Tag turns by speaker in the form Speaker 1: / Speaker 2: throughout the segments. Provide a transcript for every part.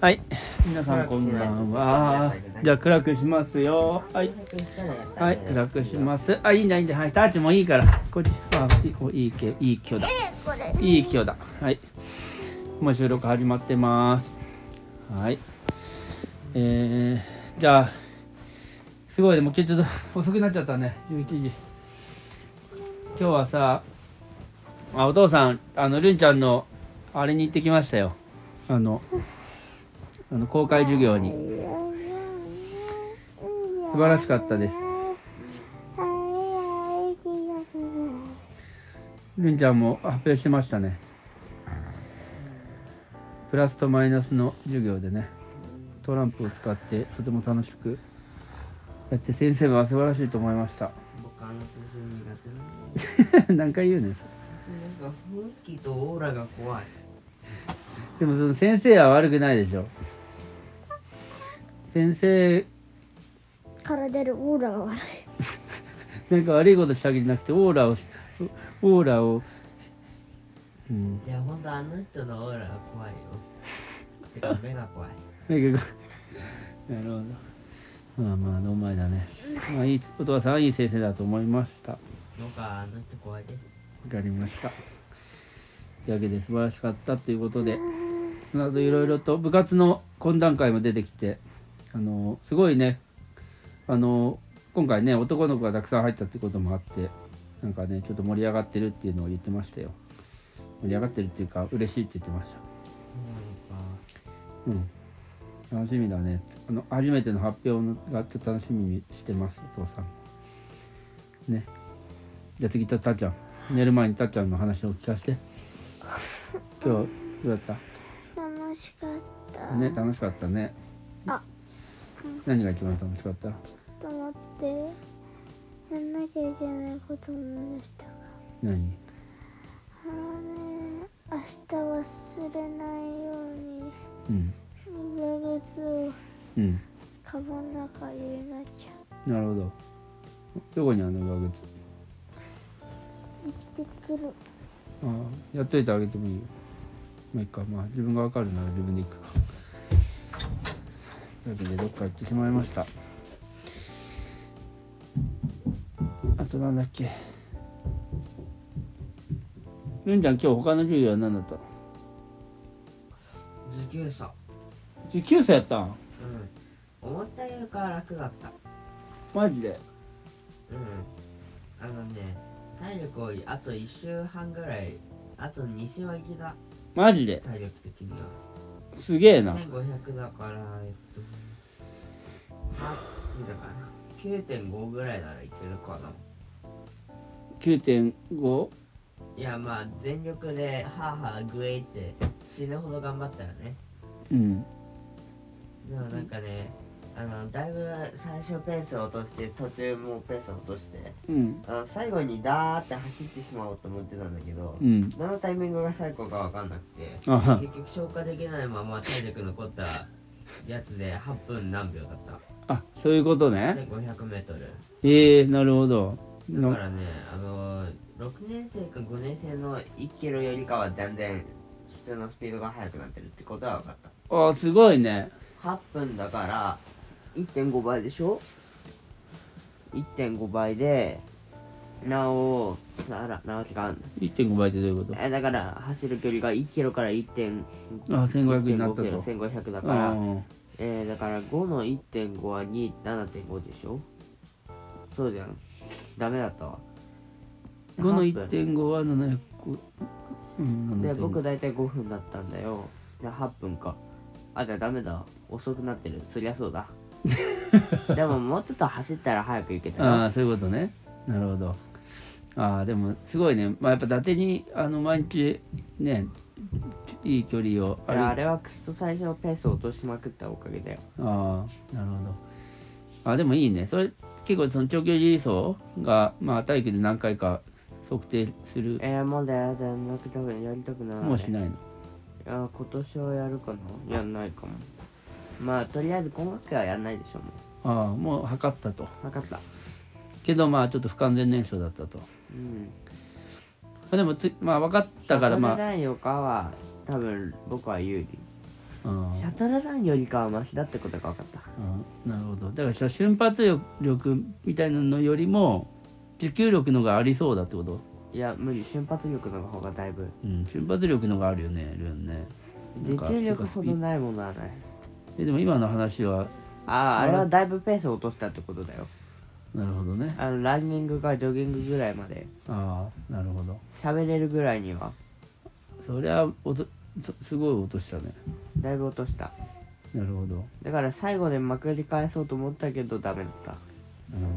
Speaker 1: はい、皆さんこんばんは。じゃあ暗くしますよ。はい、はい、暗くします。あ、いいんだいいんだ。はい、タッチもいいから。こっち、あ、いいお、いいけ、いい今日だ。
Speaker 2: これ
Speaker 1: いい今日だ。はい。もう収録始まってます。はい。えー、じゃあ、すごいね、もう今日ちょっと遅くなっちゃったね、11時。今日はさ、あお父さん、あの、るんちゃんの、あれに行ってきましたよ。あの、あの公開授業に。素晴らしかったです。るんちゃんも発表してましたね。プラスとマイナスの授業でね、トランプを使ってとても楽しくやって先生は素晴らしいと思いました。
Speaker 3: 僕あの先生苦手なの
Speaker 1: 何回言うねんそれ
Speaker 3: なんか雰囲気とオーラが怖い
Speaker 1: でもその先生は悪くないでしょ。先生
Speaker 2: から出るオーラが悪い。
Speaker 1: なんか悪いことしたわけじゃなくてオーラをオーラを、うん、
Speaker 3: いやほんとあの人のオーラが怖 いよてか目が怖い
Speaker 1: なんかこうなるほど。まあまあの前だね。まあいいお父さんはいい先生だと思いました。
Speaker 3: 僕はあの人怖いです
Speaker 1: わかりました。というわけで素晴らしかったということで、その後いろいろと部活の懇談会も出てきて、あのすごいね、あの今回ね男の子がたくさん入ったってこともあって、なんかねちょっと盛り上がってるっていうのを言ってましたよ。盛り上がってるっていうか嬉しいって言ってました。
Speaker 3: そう
Speaker 1: うん。楽しみだね。あの初めての発表がちょっと楽しみにしてますお父さん。ね。じゃあ次たたっちゃん寝る前にたっちゃんの話を聞かせて。今日どうだっ
Speaker 2: 楽しかった。
Speaker 1: た？ね楽しかったね。
Speaker 2: あ
Speaker 1: 何が一番楽しかった？
Speaker 2: ちょっと待って。やんなきゃいけないことも思い出した。
Speaker 1: 何？
Speaker 2: あのね、明日忘れないように、
Speaker 1: うん
Speaker 2: 裏靴を
Speaker 1: うん。
Speaker 2: カバンの中に入れなきゃ。
Speaker 1: なるほど。どこにあるの上靴？
Speaker 2: 行ってくる。
Speaker 1: ああやっといてあげてもいいよまあいいかまあ自分がわかるなら自分で行くかというわけでどっか行ってしまいましたあとなんだっけるんちゃん今日他の授業は何だったの
Speaker 3: 受給者
Speaker 1: 19歳やったん
Speaker 3: うん思ったよりかは楽だった
Speaker 1: マジで
Speaker 3: うんあのね体力をあと1週半ぐらいあと2週はいけた
Speaker 1: マジで
Speaker 3: 体力的には
Speaker 1: すげえな
Speaker 3: 1500だからえっと8だから9.5ぐらいならいけるかな
Speaker 1: 9.5
Speaker 3: いやまあ全力でハーハーグエイって死ぬほど頑張ったよね
Speaker 1: うん
Speaker 3: でもなんかねあのだいぶ最初ペースを落として途中もペースを落として
Speaker 1: うん
Speaker 3: あの最後にダーって走ってしまおうと思ってたんだけど
Speaker 1: うん
Speaker 3: 何のタイミングが最高か分かんなくて
Speaker 1: あは
Speaker 3: 結局消化できないまま体力残ったやつで8分何秒だった
Speaker 1: あそういうことね
Speaker 3: 1500m
Speaker 1: ええなるほど
Speaker 3: だか
Speaker 1: な
Speaker 3: らねあの6年生か5年生の1キロよりかは全然普通のスピードが速くなってるってことは分かった
Speaker 1: あすごいね
Speaker 3: 8分だから1.5倍でしょ1.5倍でなおさらなお違うん
Speaker 1: 1.5倍ってどういうこと
Speaker 3: えだから走る距離が1キロから1.5
Speaker 1: あ1500になったと
Speaker 3: 1.5キロ1500だか
Speaker 1: う
Speaker 3: ら、
Speaker 1: ん
Speaker 3: えーだから5の1.5は27.5でしょそうじゃんダメだったわ
Speaker 1: 5の
Speaker 3: 8分
Speaker 1: 1.5は700うん
Speaker 3: で
Speaker 1: 7.5
Speaker 3: 僕大体5分だったんだよで8分かあじゃあダメだ遅くなってるそりゃそ うだでももうちょっと走ったら早く行けた
Speaker 1: あ
Speaker 3: よ
Speaker 1: あそういうことねなるほどああでもすごいねまあやっぱ伊達にあの毎日ねいい距離を
Speaker 3: あ
Speaker 1: 歩
Speaker 3: れ
Speaker 1: い
Speaker 3: あれはくっそ最初のペースを落としまくったおかげだよ
Speaker 1: ああなるほどあでもいいねそれ結構その長距離走がまあ体育で何回か測定する
Speaker 3: えー、まだやだやんなくたぶやりたくない
Speaker 1: もうしないの
Speaker 3: いや今年はやるかなやんないかもまあとりあえず今学期はやんないでしょも
Speaker 1: ああもう測ったと
Speaker 3: う分かった
Speaker 1: けどまあちょっと不完全燃焼だったとま
Speaker 3: うん
Speaker 1: あでもつまあ分かったからまあ
Speaker 3: ないよかは多分僕は有利
Speaker 1: うん
Speaker 3: シャトルランよりかはマシだってことが分かった
Speaker 1: うんなるほどだからその瞬発力みたいなのよりも持久力のがありそうだってこと、
Speaker 3: いや無理瞬発力の方がだいぶ
Speaker 1: うん、瞬発力のがあるよねルーンねなん
Speaker 3: 持
Speaker 1: か
Speaker 3: 久力ほど
Speaker 1: てか
Speaker 3: ないものはない
Speaker 1: スピえでも今の話は
Speaker 3: あああれはだいぶペースを落としたってことだよ
Speaker 1: なるほどね
Speaker 3: あのランニングかジョギングぐらいまで
Speaker 1: ああなるほど
Speaker 3: 喋れるぐらいには
Speaker 1: そりゃおとそすごい落としたね
Speaker 3: だいぶ落とした
Speaker 1: なるほど、
Speaker 3: だから最後でまくり返そうと思ったけどダメだった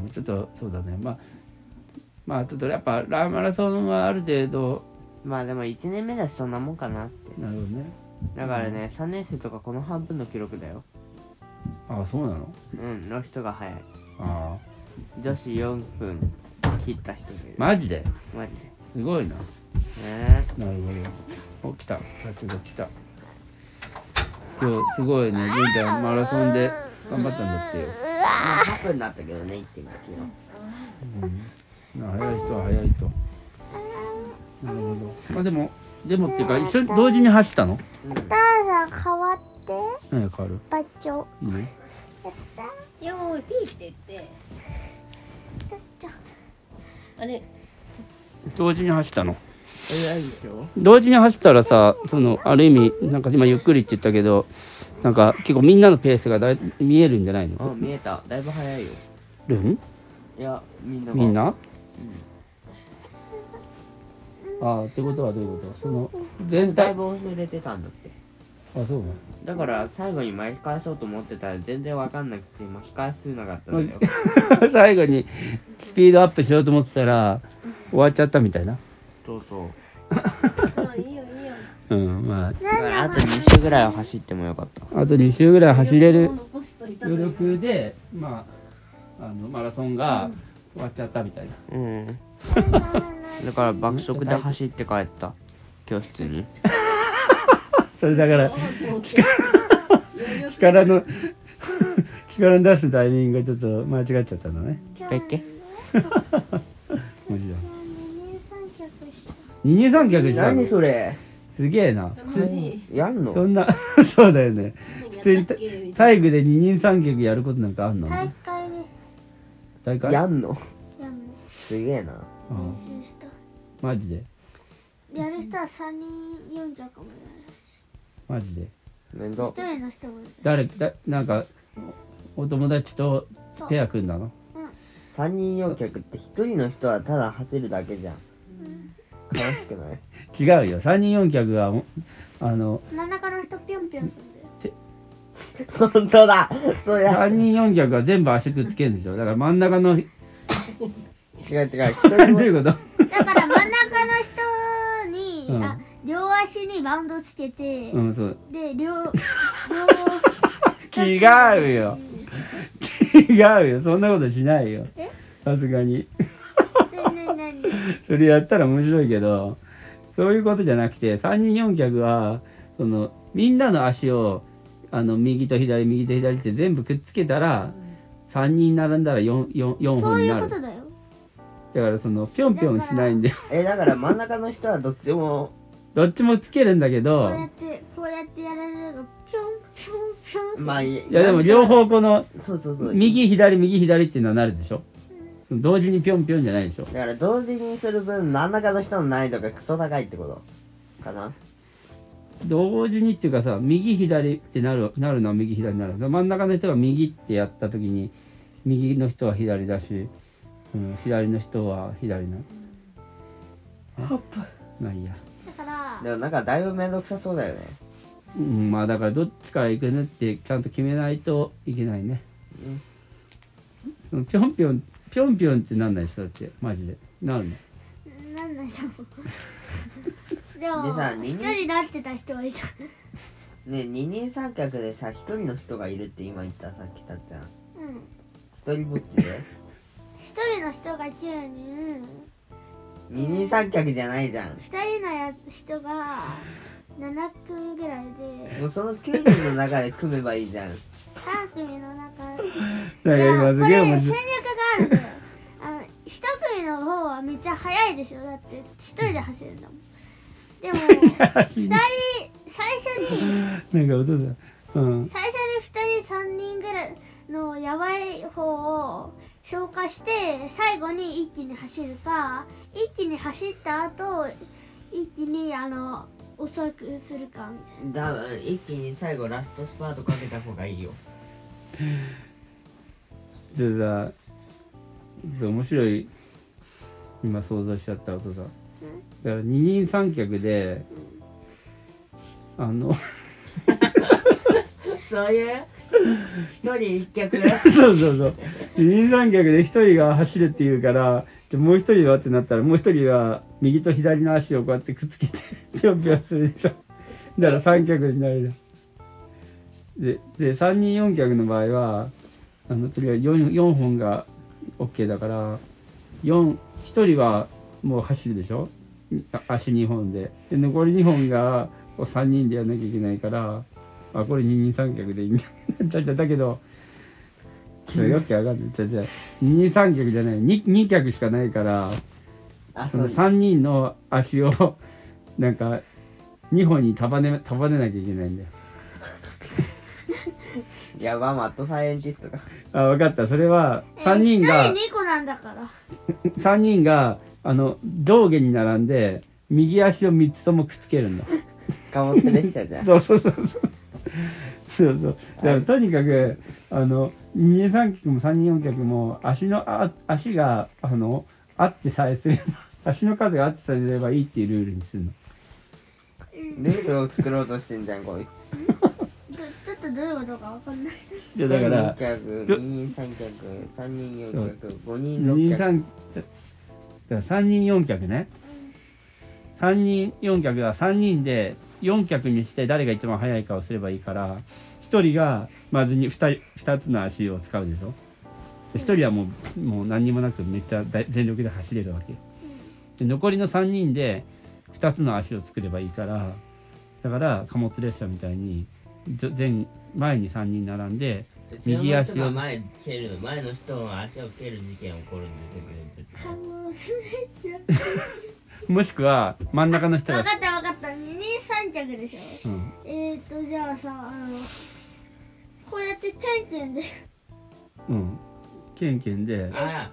Speaker 1: うん、ちょっとそうだねまあまあちょっとやっぱランマラソンはある程度
Speaker 3: まあでも1年目だしそんなもんかなって
Speaker 1: なるほどね
Speaker 3: だからね3年生とかこの半分の記録だよ
Speaker 1: ああそうなの
Speaker 3: うんの人が早い
Speaker 1: ああ
Speaker 3: 女子4分切った人がいる
Speaker 1: マジで
Speaker 3: マジです
Speaker 1: ごいな
Speaker 3: ね
Speaker 1: なるほど。お、来た。タチが来た。今日すごいね、純ちゃんマラソンで頑張ったんだってよ。
Speaker 3: まあ8分だったけどね1.5キロ
Speaker 1: な早い人は早いと。なるほど。まあでも、でもっていうか、一緒に同時に走ったの
Speaker 3: うん
Speaker 2: お母さん変わって
Speaker 1: 何が変わる
Speaker 2: バッチョ
Speaker 1: いいね。
Speaker 4: よーいピーって言って
Speaker 2: さっちゃん
Speaker 4: あれ
Speaker 1: 同時に走ったの。
Speaker 3: 偉いでしょ
Speaker 1: 同時に走ったらさ、その、ある意味、なんか今ゆっくりって言ったけど、なんか結構みんなのペースがだい見えるんじゃない
Speaker 3: あ
Speaker 1: の
Speaker 3: 見えただいぶ早いよ
Speaker 1: ルン
Speaker 3: いやみんなが
Speaker 1: みんな、ああ、ってことはどういうことその、全
Speaker 3: だ
Speaker 1: 体
Speaker 3: い、ぶ遅れてたんだって
Speaker 1: あそうね
Speaker 3: だから最後に巻き返そうと思ってたら全然わかんなくて巻き返せなかったんだよ
Speaker 1: 最後にスピードアップしようと思ってたら終わっちゃったみたいな
Speaker 3: そうそう
Speaker 4: もういいよいいよ
Speaker 1: うんまあ
Speaker 3: だからあと2周ぐらいは走ってもよかった
Speaker 1: あと2周ぐらい走れる
Speaker 4: 残しといたと
Speaker 1: 余
Speaker 4: いうか
Speaker 1: 力でまああのマラソンが終わっちゃったみたいな、
Speaker 3: うんだから爆速で走って帰った教室に
Speaker 1: それだから
Speaker 4: 余 力
Speaker 1: 力の 力の出すタイミングがちょっと間違っちゃったのね
Speaker 2: 今
Speaker 3: 回言って
Speaker 1: もちろん
Speaker 2: 二人三脚した
Speaker 1: 二人三脚したの
Speaker 3: それ
Speaker 1: すげえな
Speaker 4: 楽しい
Speaker 3: やんの
Speaker 1: そんな そうだよね普通にた
Speaker 4: に
Speaker 1: 体育で二人三脚やることなんかあんの
Speaker 2: 大会で
Speaker 1: 大会
Speaker 3: んの
Speaker 2: やんの
Speaker 3: すげえな
Speaker 1: うん
Speaker 2: 練習した
Speaker 1: マジで
Speaker 2: やる人は三人四脚もやるし
Speaker 1: マジで
Speaker 3: 面倒
Speaker 2: 一人の人もやる
Speaker 1: 誰だなんかお友達と
Speaker 2: そう
Speaker 1: ペア組んだの
Speaker 3: 3人4脚って1人の人はただ走るだけじゃん悲しくない
Speaker 1: 違うよ3人4脚はもあの
Speaker 2: 真ん中の人ぴょんぴょんするんだよ
Speaker 3: 本当だそ
Speaker 1: 3
Speaker 3: うや
Speaker 1: 人4脚は全部足くっつけるんでしょだから真ん中のど
Speaker 3: 違う違う
Speaker 1: う
Speaker 3: 1人
Speaker 1: いうこと
Speaker 2: だから真ん中の人に、
Speaker 1: うん
Speaker 2: あ両足にバウンドつけて、
Speaker 1: うんそう
Speaker 2: で両両
Speaker 1: 違うよ違うよそんなことしないよ
Speaker 2: え
Speaker 1: さすがに
Speaker 2: ねねねね
Speaker 1: それやったら面白いけどそういうことじゃなくて3人4脚はそのみんなの足をあの右と左右と左って全部くっつけたら3人並んだら 4, 4, 4
Speaker 2: そう
Speaker 1: 本に
Speaker 2: い
Speaker 1: な
Speaker 2: うこ
Speaker 1: る
Speaker 2: とだよ
Speaker 1: だからそのぴょんぴょんしないんで
Speaker 3: えだから真ん中の人はどっちも
Speaker 1: どっちもつけるんだけ
Speaker 2: こ
Speaker 1: ど
Speaker 2: うやってこうやってやられるのがぴょんぴょんぴょんって
Speaker 3: まあい
Speaker 1: いやでも両方この
Speaker 3: そうそうそう
Speaker 1: 右左右左っていうのはなるでしょその同時にぴょんぴょんじゃないでしょ
Speaker 3: だから同時にする分真ん中の人の難易度がクソ高いってことかな
Speaker 1: 同時にっていうかさ右左ってなるなるのは右左になる真ん中の人が右ってやった時に右の人は左だし、うん、左の人は左なまあいいや、
Speaker 2: だから
Speaker 3: でもなんかだいぶ面倒くさそうだよね
Speaker 1: うん、まあだからどっちから行くのってちゃんと決めないといけないねそのぴょんぴょんぴょんぴょんってなんないでしょだってマジでなるの
Speaker 2: なんないと思うでも
Speaker 3: でさ二
Speaker 2: 一
Speaker 3: 人
Speaker 2: 人なってた人はいた
Speaker 3: ね二人三脚でさ一人の人がいるって今言ったさっきたっちゃん
Speaker 2: うん
Speaker 3: 一人ぼっ ちで
Speaker 2: 一人の人が9人
Speaker 3: 二人三脚じゃないじゃん
Speaker 2: 二人のやつ人が7組ぐらいで
Speaker 3: もうその9人の中で組めばいいじゃん
Speaker 2: 3組の中で
Speaker 1: だから今
Speaker 2: いや
Speaker 1: すげえ
Speaker 2: これ
Speaker 1: 面
Speaker 2: 戦
Speaker 1: 白
Speaker 2: 略
Speaker 1: い
Speaker 2: があるんだよあの一組の方はめっちゃ速いでしょだって一人で走るんだもん でも二人最初に
Speaker 1: なんかお父さんうん
Speaker 2: 最初に二人三人ぐらいのやばい方を消化して最後に一気に走るか一気に走った後一気にあの遅くするかみたいな
Speaker 3: だ一気に最後ラストスパートかけた方がいいよ
Speaker 1: ちょっとさちょっと面白い今想像しちゃったお父さんだから二人三脚であの
Speaker 3: そういう一人一脚
Speaker 1: そうそうそう二人三脚で一人が走るっていうからでもう一人はってなったらもう一人は右と左の足をこうやってくっつけてぴょんぴょんするでしょだから三脚になるじゃんでで三人四脚の場合はあのとりあえず 4, 4本が OK だから41人はもう走るでしょあ足2本でで残り2本がこう3人でやんなきゃいけないからあこれ二人三脚でいいんだだだだけどちょよくわかんないじゃじゃ二人三脚じゃない 2, 二脚しかないから
Speaker 3: あ
Speaker 1: そ
Speaker 3: そう
Speaker 1: の3人の足を なんか2本に束ね束ねなきゃいけないんだよ
Speaker 3: いやばマットサイエンティストが
Speaker 1: あ分かったそれは3人が、
Speaker 2: 1人2個なんだから
Speaker 1: 3人があの上下に並んで右足を3つともくっつけるんだ
Speaker 3: 貨物列車じゃん
Speaker 1: そうそうそうそうそうそうだからとにかくあの二人三脚も三人四脚も足のあ足があの合ってさえすれば足の数が合ってさえすればいいっていうルールにするの
Speaker 3: ルールを作ろうとしてんじゃんこいつ
Speaker 2: どちょっとどういうことかわかんない
Speaker 1: じゃだから
Speaker 3: 一人二
Speaker 1: ど
Speaker 3: 脚二人三脚三人四脚五人
Speaker 1: 二人
Speaker 3: 六脚
Speaker 1: 三だから三人四脚ね三人四脚は3人で4脚にして誰が一番速いかをすればいいから1人がまずに 2, 人2つの足を使うでしょで1人はもうもう何にもなくめっちゃ大全力で走れるわけで残りの3人で2つの足を作ればいいからだから貨物列車みたいにじょ前前に3人並んで右足を
Speaker 3: 前に蹴る前の人の足を蹴る事件起こるんですけど絶
Speaker 2: あ
Speaker 3: 対
Speaker 2: のすね
Speaker 1: もしくは真ん中の人
Speaker 2: 分
Speaker 1: が、
Speaker 2: かった分かった二人三脚でしょ
Speaker 1: うん、
Speaker 2: えー、っとじゃあさあのこうやってチャンチャンで一
Speaker 1: うん、ケンケンで、
Speaker 2: 人だ
Speaker 3: あ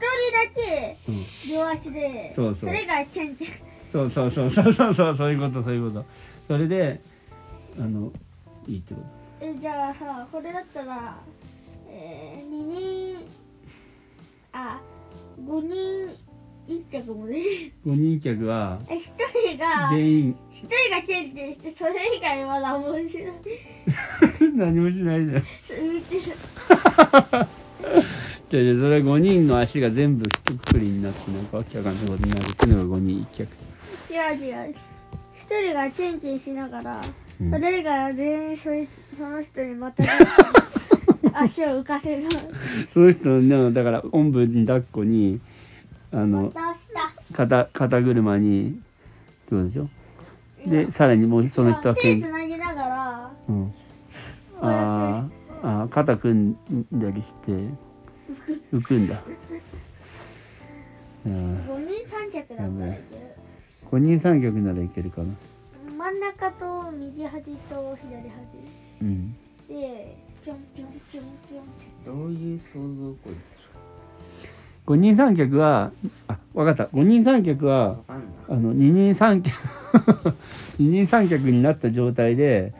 Speaker 2: け
Speaker 1: うん、
Speaker 2: 両足で
Speaker 1: そうそう
Speaker 2: れがチャンチャン
Speaker 1: そうそうそうそうそうそうそういうことそういうことそれであのいいってこ
Speaker 2: えじゃあさこれだったら、えー、2人あ5人1脚もね
Speaker 1: と5人客は
Speaker 2: 1人が1
Speaker 1: 全員
Speaker 2: 人がチェンジしてそれ以外は何もしない
Speaker 1: 何もしないじゃん
Speaker 2: 浮いてる
Speaker 1: じゃあじゃあそれ5人の足が全部ひとくくりになってなんかわけわかんないことになるっていうのが5人1脚
Speaker 2: 違う違う1人がチェンジしながら、
Speaker 1: うん
Speaker 2: それ以外は全員そいその人にま たがって足を浮かせる
Speaker 1: その人のだからおんぶに抱っこにあの
Speaker 2: 出した
Speaker 1: 肩肩車にってことでしょでさらにもうその人はけ
Speaker 2: 手
Speaker 1: ん
Speaker 2: つなぎながら
Speaker 1: うん、
Speaker 2: こうや
Speaker 1: あーあー肩組んだりして浮くんだうん
Speaker 2: 5人3脚だったらいける
Speaker 1: 五人三脚ならいけるかな
Speaker 2: 真ん中と右端と左端
Speaker 1: うん
Speaker 2: でぴょんぴょんぴょんぴょんって
Speaker 3: どういう想像こいつ
Speaker 1: 五人三脚はあわかった五人三脚
Speaker 3: わ
Speaker 1: は
Speaker 3: かんない
Speaker 1: あの二人三脚 二人三脚になった状態で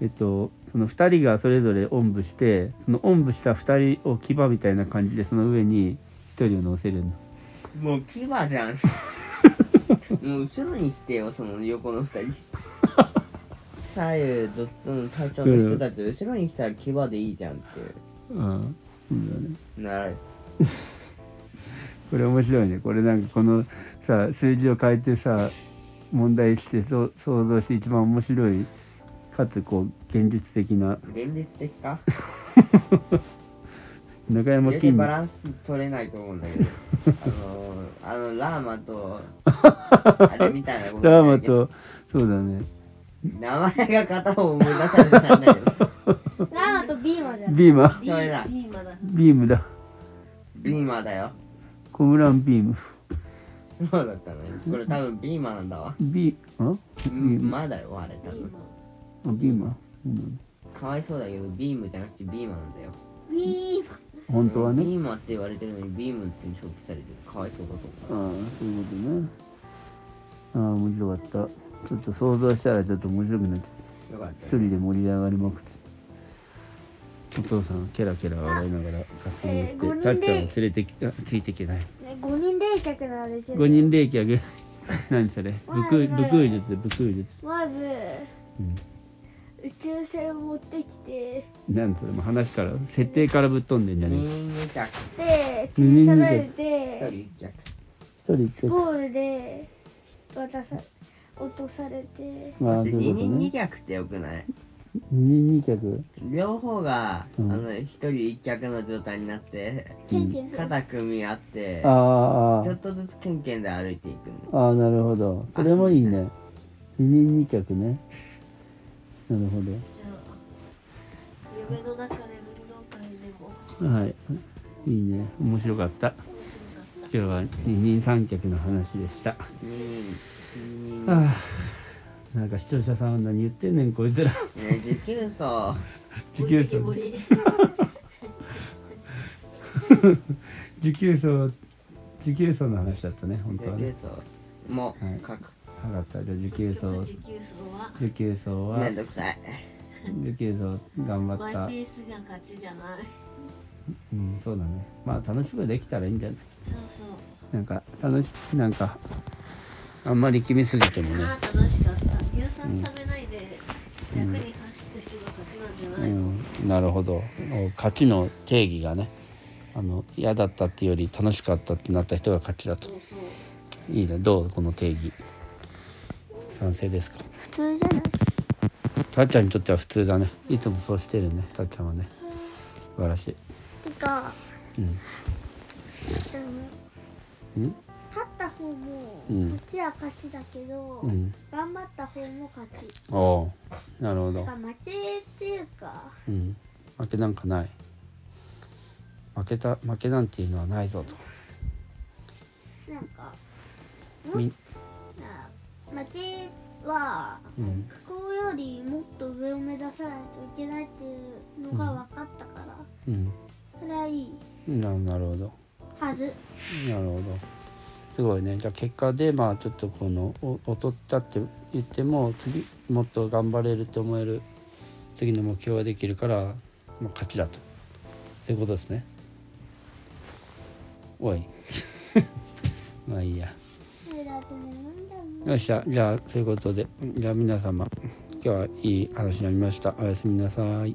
Speaker 1: えっとその2人がそれぞれおんぶしてそのおんぶした2人を牙みたいな感じでその上に1人を乗せるんだ
Speaker 3: もう牙じ ゃんもう後ろに来てよその横の 二人左右どっちの隊長の人たち後ろに来たら牙でいいじゃんっ
Speaker 1: うんそうだね
Speaker 3: てなる
Speaker 1: これ面白いねこれなんかこのさ数字を変えてさ問題してそう想像して一番面白いかつこう現実的な
Speaker 3: 現実的 か
Speaker 1: 中山
Speaker 3: 余計
Speaker 1: 筋
Speaker 3: バ
Speaker 1: 肉
Speaker 3: ランス取れないと思うんだけどあのーあのラー マとあれみたいなこと
Speaker 1: ラーマとそうだね
Speaker 3: 名前が片方思い出されたんだけど
Speaker 2: ラーマとビーマだよ
Speaker 1: ビーマ
Speaker 4: ビ
Speaker 3: ダメだ
Speaker 4: ービーマだ
Speaker 1: ビームだ
Speaker 3: ビーマーだよ
Speaker 1: コムランビーム
Speaker 3: そうだったねこれ多分ビーマなんだわ
Speaker 1: ビーん
Speaker 3: うんまだよあれ多分
Speaker 1: あビーマビーマ
Speaker 3: かわいそうだけどビームじゃなくてビーマなんだよ
Speaker 2: ウィー
Speaker 1: 本当は
Speaker 3: うんビ
Speaker 1: ね
Speaker 3: ーマって言われてるのにビームって表記されてるかわいそうだと思
Speaker 1: ああそういうことねああ面白かったちょっと想像したらちょっと面白くなっちゃった
Speaker 3: うよかった
Speaker 1: 一
Speaker 3: ね
Speaker 1: 人で盛り上がりまくってお父さんケラケラ笑いながら勝手に行って
Speaker 2: え
Speaker 1: た
Speaker 2: ー
Speaker 1: っちゃんを連
Speaker 2: 五人
Speaker 1: れてきあついていけない
Speaker 2: 5人冷却ならできる
Speaker 1: 五人霊気あげ 何それ武空
Speaker 2: はいはい
Speaker 1: 武空術武空術
Speaker 2: まず
Speaker 1: うん
Speaker 2: 宇宙船を持ってきて
Speaker 1: なんそれもう話から設定からぶっ飛んでんじゃね
Speaker 3: 人間着
Speaker 2: で
Speaker 1: う
Speaker 2: 吊
Speaker 1: ん
Speaker 2: り下がれ
Speaker 3: 一
Speaker 2: て
Speaker 3: 人着
Speaker 1: え一人行って
Speaker 2: ゴールで渡さ落とされて
Speaker 1: まあそう
Speaker 3: で
Speaker 1: いうこ
Speaker 3: 二
Speaker 1: と
Speaker 3: 人二
Speaker 1: ね
Speaker 3: 脚ってよくない
Speaker 1: 二人二脚
Speaker 3: 両方が、
Speaker 1: うん
Speaker 3: あの一人一脚の状態になって
Speaker 2: キュンキュンする
Speaker 3: 肩組み合って
Speaker 1: あああ
Speaker 3: ちょっとずつケンケンで歩いていくの
Speaker 1: ああなるほどそれもいいね二人二脚ねなるほ
Speaker 4: じゃあ夢の中で運動会でも
Speaker 1: どはいいいね面白かった
Speaker 4: 面白かった
Speaker 1: 今日は二人三脚の話でした
Speaker 3: うんうんね
Speaker 1: ああなんか視聴者さんは何言ってんねんこい つら
Speaker 3: 持久走
Speaker 1: 受給層
Speaker 4: 森森
Speaker 1: 受給層受給層の話だったね本当
Speaker 3: 持
Speaker 1: は
Speaker 3: 久
Speaker 1: ね
Speaker 3: 走も
Speaker 1: はい
Speaker 3: 書く
Speaker 1: 分かったじゃあ受給層
Speaker 4: 今日の時給層は
Speaker 1: 受給層は
Speaker 3: めんどくさい
Speaker 1: 受給層頑張
Speaker 4: マ
Speaker 1: った
Speaker 4: イペースが勝ちじゃない
Speaker 1: うんそうだねまあ楽しくできたらいいんじゃない
Speaker 4: そうそう
Speaker 1: なんか楽しなんかあんまり決めすぎてもね
Speaker 4: ああ楽しかった乳酸食べないで役に走った人が勝ちなんじゃ
Speaker 1: う
Speaker 4: ない、
Speaker 1: ん、なるほど勝ちの定義がねあの嫌だったっていうより楽しかったってなった人が勝ちだと
Speaker 4: そうそう
Speaker 1: いいねどうこの定義賛成ですか
Speaker 2: 普通じゃない
Speaker 1: たっちゃんにとっては普通だねいつもそうしてるねたっちゃんはね素晴らしい
Speaker 2: てか
Speaker 1: うん
Speaker 2: でも
Speaker 1: うん
Speaker 2: 勝った方も
Speaker 1: うん
Speaker 2: 勝ちは勝ちだけど、
Speaker 1: うん
Speaker 2: 頑張った方も勝ち
Speaker 1: おおうなるほ
Speaker 2: だ
Speaker 1: ど
Speaker 2: から負けっていうか
Speaker 1: うん負けなんかない負けた負けなんていうのはないぞと
Speaker 2: なんか
Speaker 1: み
Speaker 2: あ負けは
Speaker 1: うん
Speaker 2: ここよりもっと上を目指さないといけないっていうのが分かったから、
Speaker 1: うん
Speaker 2: それはいい
Speaker 1: ななるほど
Speaker 2: はず
Speaker 1: なるほどすごいねじゃあ結果でまあちょっとこのお劣ったって言っても次もっと頑張れるって思える次の目標ができるから、まあ、勝ちだとそういうことですねおい まあいいや
Speaker 2: それだってねなんじゃん
Speaker 1: よっしゃじゃあそういうことでじゃあ皆様今日はいい話になりましたおやすみなさい